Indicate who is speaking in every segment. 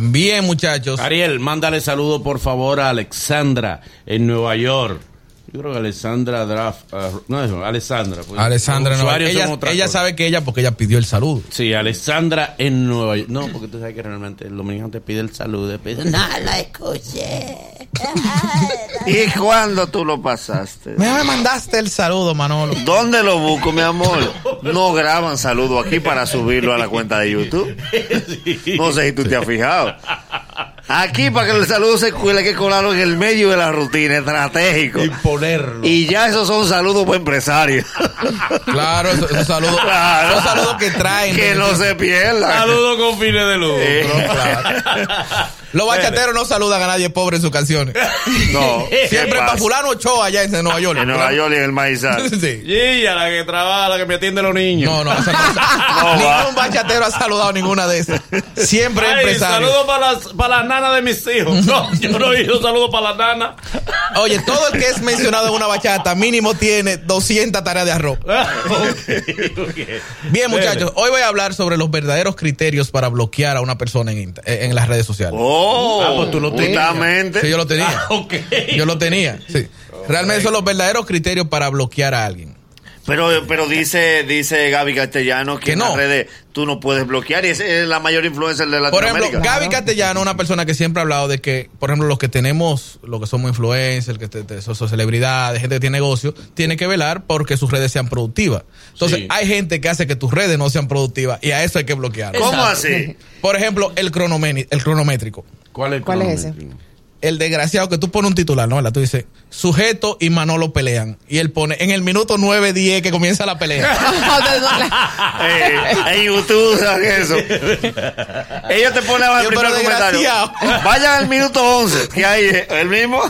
Speaker 1: Bien, muchachos.
Speaker 2: Ariel, mándale saludo, por favor, a Alexandra en Nueva York. Yo creo que Alexandra Draft. Uh, no, Alexandra.
Speaker 1: Pues, Alexandra no, Ella, ella sabe que ella, porque ella pidió el saludo.
Speaker 2: Sí, Alexandra en Nueva York. No, porque tú sabes que realmente el dominicano te pide el saludo. Pide...
Speaker 3: No lo escuché.
Speaker 4: ¿Y cuándo tú lo pasaste?
Speaker 1: Me mandaste el saludo, Manolo.
Speaker 4: ¿Dónde lo busco, mi amor? No graban saludo aquí para subirlo a la cuenta de YouTube. No sé si tú te has fijado. Aquí para que el saludo se cuele que colarlo en el medio de la rutina, estratégico.
Speaker 1: Y ponerlo.
Speaker 4: Y ya esos son saludos para empresarios.
Speaker 1: Claro, esos, esos saludos. Claro. Esos saludos que traen.
Speaker 4: Que no se pierdan.
Speaker 2: Saludos con fines de lucro. Sí.
Speaker 1: Claro. Los bachateros no saludan a nadie pobre en sus canciones.
Speaker 4: No.
Speaker 1: Siempre para fulano Ochoa allá en Nueva York.
Speaker 4: En Nueva claro. York y en el Maizal.
Speaker 2: Sí. Y a la que trabaja, la que me atiende a los niños.
Speaker 1: No, no. Esa no, no ningún bachatero ha saludado a ninguna de esas. Siempre Ay, empresario.
Speaker 2: Saludos para las, para las nanas de mis hijos. No, yo no he ido saludos para las nanas.
Speaker 1: Oye, todo el que es mencionado en una bachata mínimo tiene 200 tareas de arroz. okay, okay. Bien, muchachos. Hoy voy a hablar sobre los verdaderos criterios para bloquear a una persona en, en las redes sociales.
Speaker 4: Oh. Oh, ah, pues
Speaker 1: tú lo tenías. Sí, yo lo tenía. Ah, okay. Yo lo tenía. Sí. Realmente okay. son los verdaderos criterios para bloquear a alguien.
Speaker 4: Pero, pero dice, dice Gaby Castellano que, que en no. las redes tú no puedes bloquear y es, es la mayor influencer de Latinoamérica.
Speaker 1: Por ejemplo, Gaby Castellano, una persona que siempre ha hablado de que, por ejemplo, los que tenemos, los que somos influencers, que te, te, son, son celebridades, gente que tiene negocio, tiene que velar porque sus redes sean productivas. Entonces, sí. hay gente que hace que tus redes no sean productivas y a eso hay que bloquear.
Speaker 4: ¿Cómo así?
Speaker 1: Por ejemplo, el, el cronométrico.
Speaker 2: ¿Cuál es, el
Speaker 5: ¿Cuál es ese?
Speaker 1: el desgraciado que tú pones un titular, ¿no? ¿Verdad? Tú dices, sujeto y Manolo pelean. Y él pone, en el minuto 9, 10 que comienza la pelea. Ah.
Speaker 4: Eh, en YouTube, ¿sabes eso? Ellos te ponen abajo el primer comentario. Vayan al minuto 11, que ahí el mismo.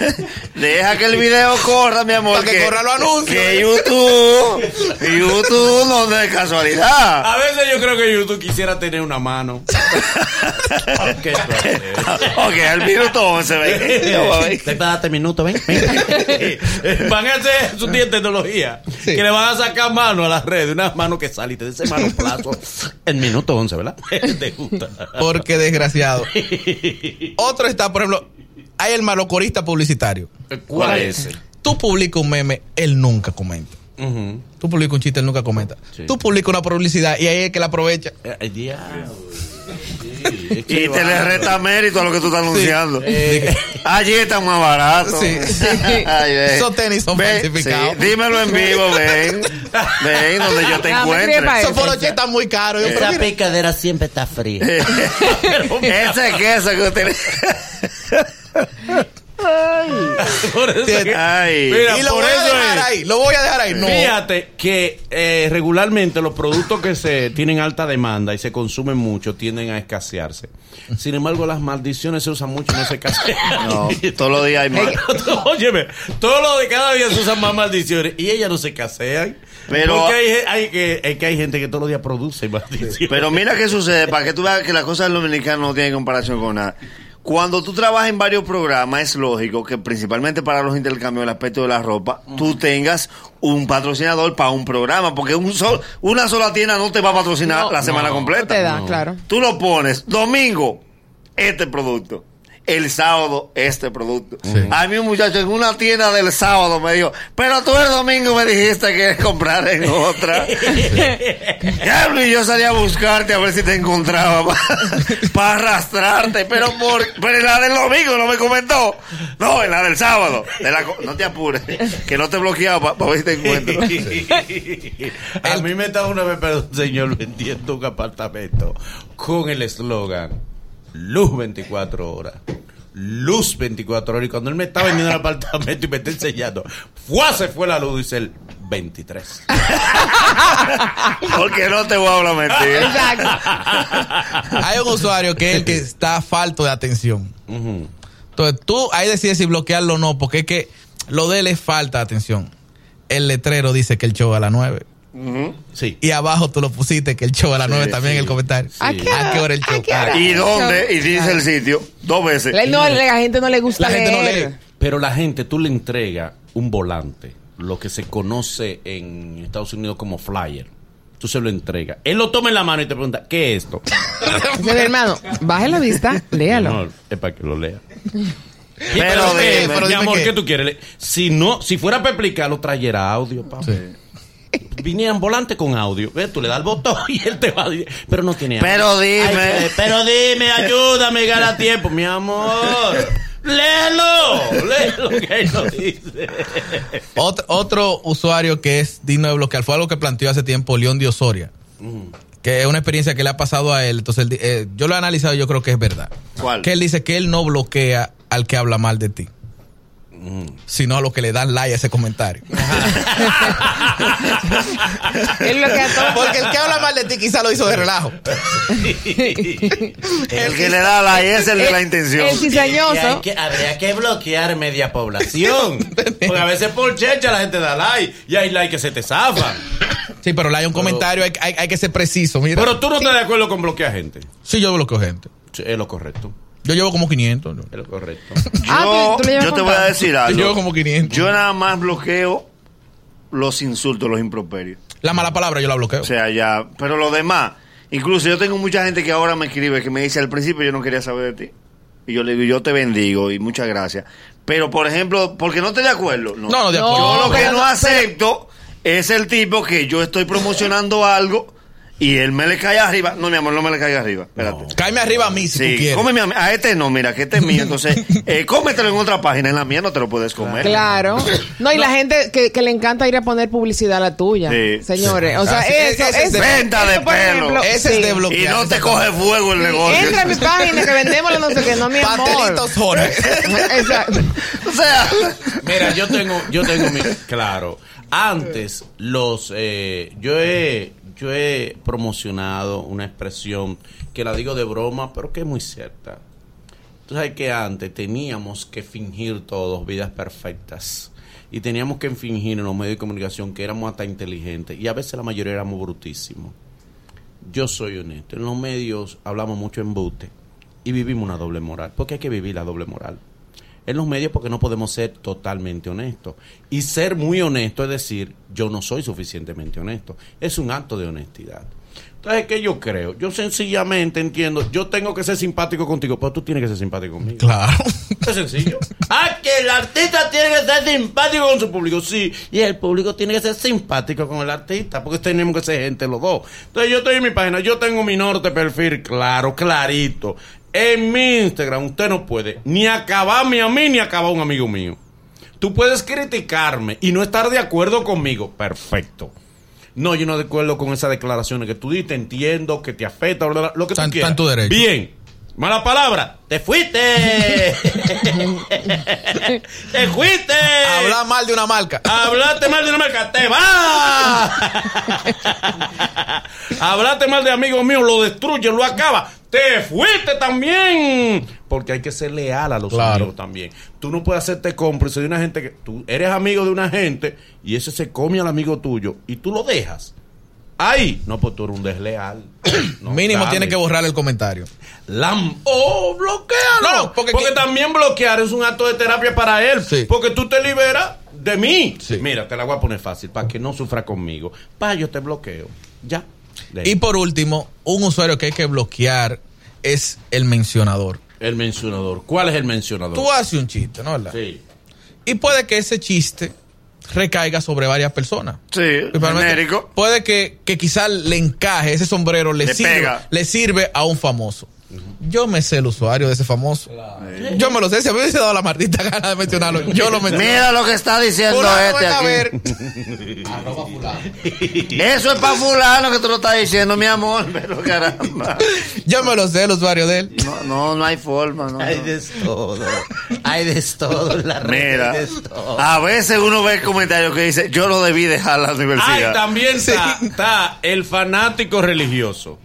Speaker 4: Deja que el video corra, mi amor.
Speaker 1: Para que, que, corra los anuncios.
Speaker 4: Que YouTube, YouTube no es casualidad.
Speaker 1: Ah,
Speaker 2: A veces yo creo que YouTube quisiera tener una mano.
Speaker 4: ok, ok, al minuto
Speaker 2: Espérate minuto, ven. ven. van a hacer su día tecnología. Sí. Que le van a sacar mano a las redes. Una mano que sale y te dice mano plazo. En minuto 11, ¿verdad? te gusta.
Speaker 1: Porque desgraciado. Otro está, por ejemplo, hay el malocorista publicitario.
Speaker 2: ¿Cuál es ese?
Speaker 1: Tú publicas un meme, él nunca comenta. Uh -huh. Tú publicas un chiste, él nunca comenta. Sí. Tú publicas una publicidad y ahí es el que la aprovecha.
Speaker 2: El diablo.
Speaker 4: Sí, es que y te le resta mérito a lo que tú estás anunciando. Sí. Eh. Allí está más barato.
Speaker 1: Sí. Ay, Esos tenis son ven, falsificados.
Speaker 4: Dímelo en vivo, ven. Ven donde yo te no, encuentre.
Speaker 1: Esos poloches están muy caros.
Speaker 3: Eh. Esa picadera siempre está fría.
Speaker 4: Ese queso que usted...
Speaker 2: Ay. por eso, que, Ay. Mira,
Speaker 1: y lo
Speaker 2: por
Speaker 1: voy
Speaker 2: eso
Speaker 1: a dejar es. ahí, lo voy a dejar ahí. No.
Speaker 2: Fíjate que eh, regularmente los productos que se tienen alta demanda y se consumen mucho tienden a escasearse. Sin embargo, las maldiciones se usan mucho y no se escasean.
Speaker 4: No, todos los días hay más.
Speaker 2: Óyeme, todos los días, cada día se usan más maldiciones y ellas no se escasean. Pero, Porque hay, hay que, es que hay gente que todos los días produce maldiciones.
Speaker 4: Pero mira qué sucede, para que tú veas que las cosas dominicanas no tienen comparación con nada. Cuando tú trabajas en varios programas, es lógico que principalmente para los intercambios del aspecto de la ropa, mm. tú tengas un patrocinador para un programa, porque un sol, una sola tienda no te va a patrocinar no, la semana no, completa.
Speaker 5: No te da, claro.
Speaker 4: Tú lo pones domingo, este producto. El sábado, este producto. Sí. A mí un muchacho en una tienda del sábado me dijo, pero tú el domingo me dijiste que comprar en otra. y yo salí a buscarte a ver si te encontraba para arrastrarte, pero por pero en la del domingo no me comentó. No, en la del sábado. De la, no te apures, que no te bloqueaba para pa ver si te encuentro.
Speaker 2: Sí. A mí me estaba una vez, pero señor, vendiendo un apartamento con el eslogan Luz 24 horas luz 24 horas. Y cuando él me estaba vendiendo el apartamento y me está enseñando, ¡fua! se fue la luz, dice el 23.
Speaker 4: Porque no te voy a hablar mentira. Exacto.
Speaker 1: Hay un usuario que es el que está falto de atención. Uh -huh. Entonces tú ahí decides si bloquearlo o no, porque es que lo de él es falta de atención. El letrero dice que el show a las 9. Uh -huh.
Speaker 2: Sí.
Speaker 1: Y abajo tú lo pusiste que el show a las 9 sí, también sí. en el comentario.
Speaker 6: ¿A, qué hora,
Speaker 1: ¿A qué hora el show?
Speaker 6: Hora?
Speaker 4: ¿Y dónde? Y dice el sitio. Dos veces.
Speaker 6: Le- no, la gente no le gusta
Speaker 1: La gente no
Speaker 6: leer.
Speaker 1: lee.
Speaker 2: Pero la gente, tú le entregas un volante, lo que se conoce en Estados Unidos como flyer. Tú se lo entregas. Él lo toma en la mano y te pregunta, ¿qué es esto?
Speaker 6: Entonces, mi hermano, baje la vista, léalo.
Speaker 2: No, es para que lo lea.
Speaker 4: Pero
Speaker 2: ¿qué?
Speaker 4: dime,
Speaker 2: Mi
Speaker 1: dime
Speaker 2: amor,
Speaker 1: qué.
Speaker 2: ¿qué? tú quieres? Le- Si no, si fuera para explicarlo, trayera audio, papá. Vinieran volante con audio. Ve, tú le das el botón y él te va a decir, Pero no tiene audio.
Speaker 4: Pero
Speaker 2: Ay,
Speaker 4: dime.
Speaker 2: eh, pero dime, ayúdame, gana tiempo, mi amor. Léelo, léelo que él lo dice.
Speaker 1: Otro, otro usuario que es digno de bloquear fue algo que planteó hace tiempo León de Osoria. Mm. Que es una experiencia que le ha pasado a él. Entonces, él di- eh, yo lo he analizado y yo creo que es verdad.
Speaker 4: ¿Cuál?
Speaker 1: Que él dice que él no bloquea al que habla mal de ti. Mm. Sino a los que le dan like a ese comentario.
Speaker 6: Él bloquea todo.
Speaker 1: Porque el que habla mal de ti quizá lo hizo de relajo.
Speaker 4: El que le da la I es el de
Speaker 6: eh,
Speaker 4: la intención.
Speaker 6: El cizañoso.
Speaker 2: habría que bloquear media población. Porque a veces por checha la gente da like y hay like que se te zafa.
Speaker 1: Sí, pero like a un comentario, hay, hay- hay que ser preciso. Mira,
Speaker 2: Pero tú no estás de acuerdo con bloquear gente.
Speaker 1: sí, yo bloqueo gente.
Speaker 2: Sí, es lo correcto.
Speaker 1: Yo llevo como 500. ¿no?
Speaker 2: Es lo correcto.
Speaker 6: Ah,
Speaker 4: Yo,
Speaker 6: tú- tú le llevas
Speaker 4: yo te voy a
Speaker 6: contado.
Speaker 4: decir
Speaker 1: Yo llevo
Speaker 4: algo.
Speaker 1: como 500.
Speaker 4: Yo nada más bloqueo los insultos, los improperios.
Speaker 1: la mala palabra yo la bloqueo.
Speaker 4: O sea, ya. Pero lo demás. Incluso yo tengo mucha gente que ahora me escribe que me dice al principio yo no quería saber de ti. Y yo le digo, yo te bendigo y muchas gracias. Pero, por ejemplo, porque no estoy de acuerdo. No,
Speaker 1: No, no, de acuerdo.
Speaker 4: Yo lo que
Speaker 6: pero-
Speaker 4: no acepto es el tipo que yo estoy promocionando algo y él me le cae arriba. No, mi amor, no me le caiga arriba. Espérate.
Speaker 1: Cáeme arriba a mí si tú
Speaker 4: Sí,
Speaker 1: quieres.
Speaker 4: cómeme a, mí. A este no, mira, que este es mío. Entonces, eh, cómetelo en otra página, en la mía no te lo puedes comer.
Speaker 6: Claro. No, y la gente que, que le encanta ir a poner publicidad a la tuya.
Speaker 4: Sí.
Speaker 6: Señores. O sea,
Speaker 1: Ah, sí,
Speaker 6: eso,
Speaker 1: ese es
Speaker 6: eso-
Speaker 1: de-
Speaker 4: Venta de
Speaker 6: eso, por
Speaker 4: pelo.
Speaker 6: ejemplo,
Speaker 1: Ese
Speaker 6: sí.
Speaker 1: es de
Speaker 4: Y
Speaker 1: bloquear.
Speaker 4: no te coge fuego el negocio.
Speaker 6: Entra a mi página que vendemos los no sé qué, no mi amor.
Speaker 1: Pastelitos Jorge.
Speaker 6: Exacto.
Speaker 4: O sea,
Speaker 2: Mira, yo tengo, yo tengo mi. Claro. Antes, los. eh, yo, he, yo he promocionado una expresión que la digo de broma, pero que es muy cierta. Tú sabes que antes teníamos que fingir todos vidas perfectas. Y teníamos que fingir en los medios de comunicación que éramos hasta inteligentes. Y a veces la mayoría éramos brutísimos. Yo soy honesto. En los medios hablamos mucho embuste. Y vivimos una doble moral. Porque hay que vivir la doble moral en los medios porque no podemos ser totalmente honestos. Y ser muy honesto es decir, yo no soy suficientemente honesto. Es un acto de honestidad. Entonces, ¿qué yo creo? Yo sencillamente entiendo, yo tengo que ser simpático contigo, pero tú tienes que ser simpático conmigo.
Speaker 1: Claro.
Speaker 2: Es sencillo. Ah, que el artista tiene que ser simpático con su público, sí. Y el público tiene que ser simpático con el artista, porque tenemos que ser gente los dos. Entonces yo estoy en mi página, yo tengo mi norte perfil claro, clarito. En mi Instagram usted no puede ni acabarme a mí ni acabar a un amigo mío. Tú puedes criticarme y no estar de acuerdo conmigo. Perfecto. No, yo no de acuerdo con esas declaraciones que tú diste. Entiendo que te afecta, bla, bla, bla, lo que
Speaker 1: Está en-
Speaker 2: tú
Speaker 1: está
Speaker 2: quieras.
Speaker 1: en tu derecho.
Speaker 2: Bien. Mala palabra. Te fuiste. te fuiste.
Speaker 1: Eh. Habla mal de una marca.
Speaker 2: Ah, Hablaste mal de una marca. Te va. Hablaste mal de amigos míos. Lo destruye, lo acaba. Te fuiste también. Porque hay que ser leal a los
Speaker 1: Claro.
Speaker 2: amigos también. Tú no puedes hacerte cómplice de una gente que tú eres amigo de una gente y ese se come al amigo tuyo y tú lo dejas. Ahí, no, pues tú eres un desleal. No,
Speaker 1: Mínimo
Speaker 2: dale.
Speaker 1: tiene que borrar el comentario.
Speaker 2: Lam o bloquealo.
Speaker 1: No, no, porque
Speaker 2: porque
Speaker 1: que-
Speaker 2: también bloquear es un acto de terapia para él.
Speaker 1: Sí.
Speaker 2: Porque tú te liberas de mí.
Speaker 1: Sí.
Speaker 2: Mira, te la voy a poner fácil para que no sufra conmigo. Pa, yo te bloqueo. Ya.
Speaker 1: Y por último, un usuario que hay que bloquear es el mencionador.
Speaker 2: el mencionador. ¿Cuál es el mencionador?
Speaker 1: Tú haces un chiste, ¿no? ¿Verdad?
Speaker 2: Sí.
Speaker 1: Y puede que ese chiste recaiga sobre varias personas.
Speaker 4: sí,
Speaker 1: Principalmente,
Speaker 4: genérico.
Speaker 1: Puede que, que quizás le encaje ese sombrero, le,
Speaker 4: Le
Speaker 1: sirve,
Speaker 4: pega.
Speaker 1: le sirve a un famoso. Yo me sé el usuario de ese famoso. Yo me lo sé. Si a mí me hubiese dado la maldita gana de mencionarlo, yo lo menciono.
Speaker 4: Mira lo que está diciendo
Speaker 1: Fulano
Speaker 4: este
Speaker 1: está a ver.
Speaker 4: aquí. Eso es para fulano que tú lo estás diciendo, mi amor. Pero caramba.
Speaker 1: Yo me lo sé, el usuario de él.
Speaker 4: No, no, no hay forma. No, no.
Speaker 2: todo. Hay de todo en la
Speaker 4: Mira, a veces uno ve comentarios que dice, yo no debí dejar la
Speaker 2: Ay,
Speaker 1: ah.
Speaker 4: universidad.
Speaker 2: también está, está el fanático religioso.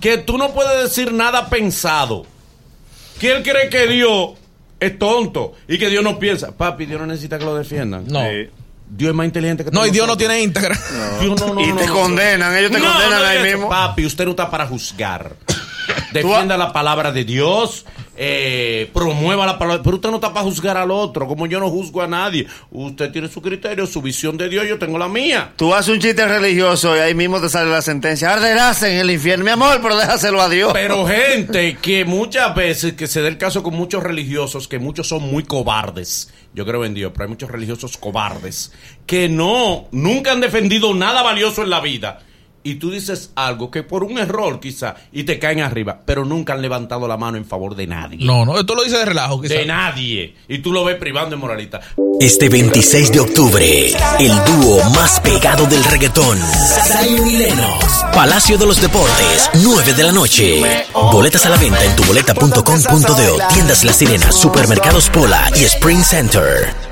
Speaker 2: Que tú no puedes decir nada pensado. Que él cree que Dios es tonto y que Dios no piensa. Papi, Dios no necesita que lo defiendan.
Speaker 1: No.
Speaker 2: Eh, Dios es más inteligente que
Speaker 1: No, y
Speaker 2: todos
Speaker 1: Dios no
Speaker 2: nosotros.
Speaker 1: tiene Instagram.
Speaker 2: Dios no, no,
Speaker 4: y
Speaker 2: no,
Speaker 4: te
Speaker 2: no.
Speaker 4: condenan, ellos te
Speaker 2: No,
Speaker 4: condenan
Speaker 2: no es
Speaker 4: ahí
Speaker 2: eso.
Speaker 4: mismo.
Speaker 2: Papi, usted no está para juzgar. Defienda la palabra de Dios, eh, promueva la palabra, pero usted no está para juzgar al otro, como yo no juzgo a nadie. Usted tiene su criterio, su visión de Dios, yo tengo la mía.
Speaker 4: Tú haces un chiste religioso y ahí mismo te sale la sentencia. Arderás en el infierno, mi amor, pero déjaselo a Dios.
Speaker 2: Pero gente que muchas veces, que se da el caso con muchos religiosos, que muchos son muy cobardes, yo creo en Dios, pero hay muchos religiosos cobardes, que no, nunca han defendido nada valioso en la vida. Y tú dices algo que por un error quizá, y te caen arriba, pero nunca han levantado la mano en favor de nadie.
Speaker 1: No, no, esto lo dice de relajo, quizás.
Speaker 2: De nadie. Y tú lo ves privando de moralita.
Speaker 7: Este 26 de octubre, el dúo más pegado del reggaetón. Zion y Lennox. Palacio de los Deportes, 9 de la noche. Boletas a la venta en tuboleta.com.de, tiendas La Sirena, supermercados Pola y Spring Center.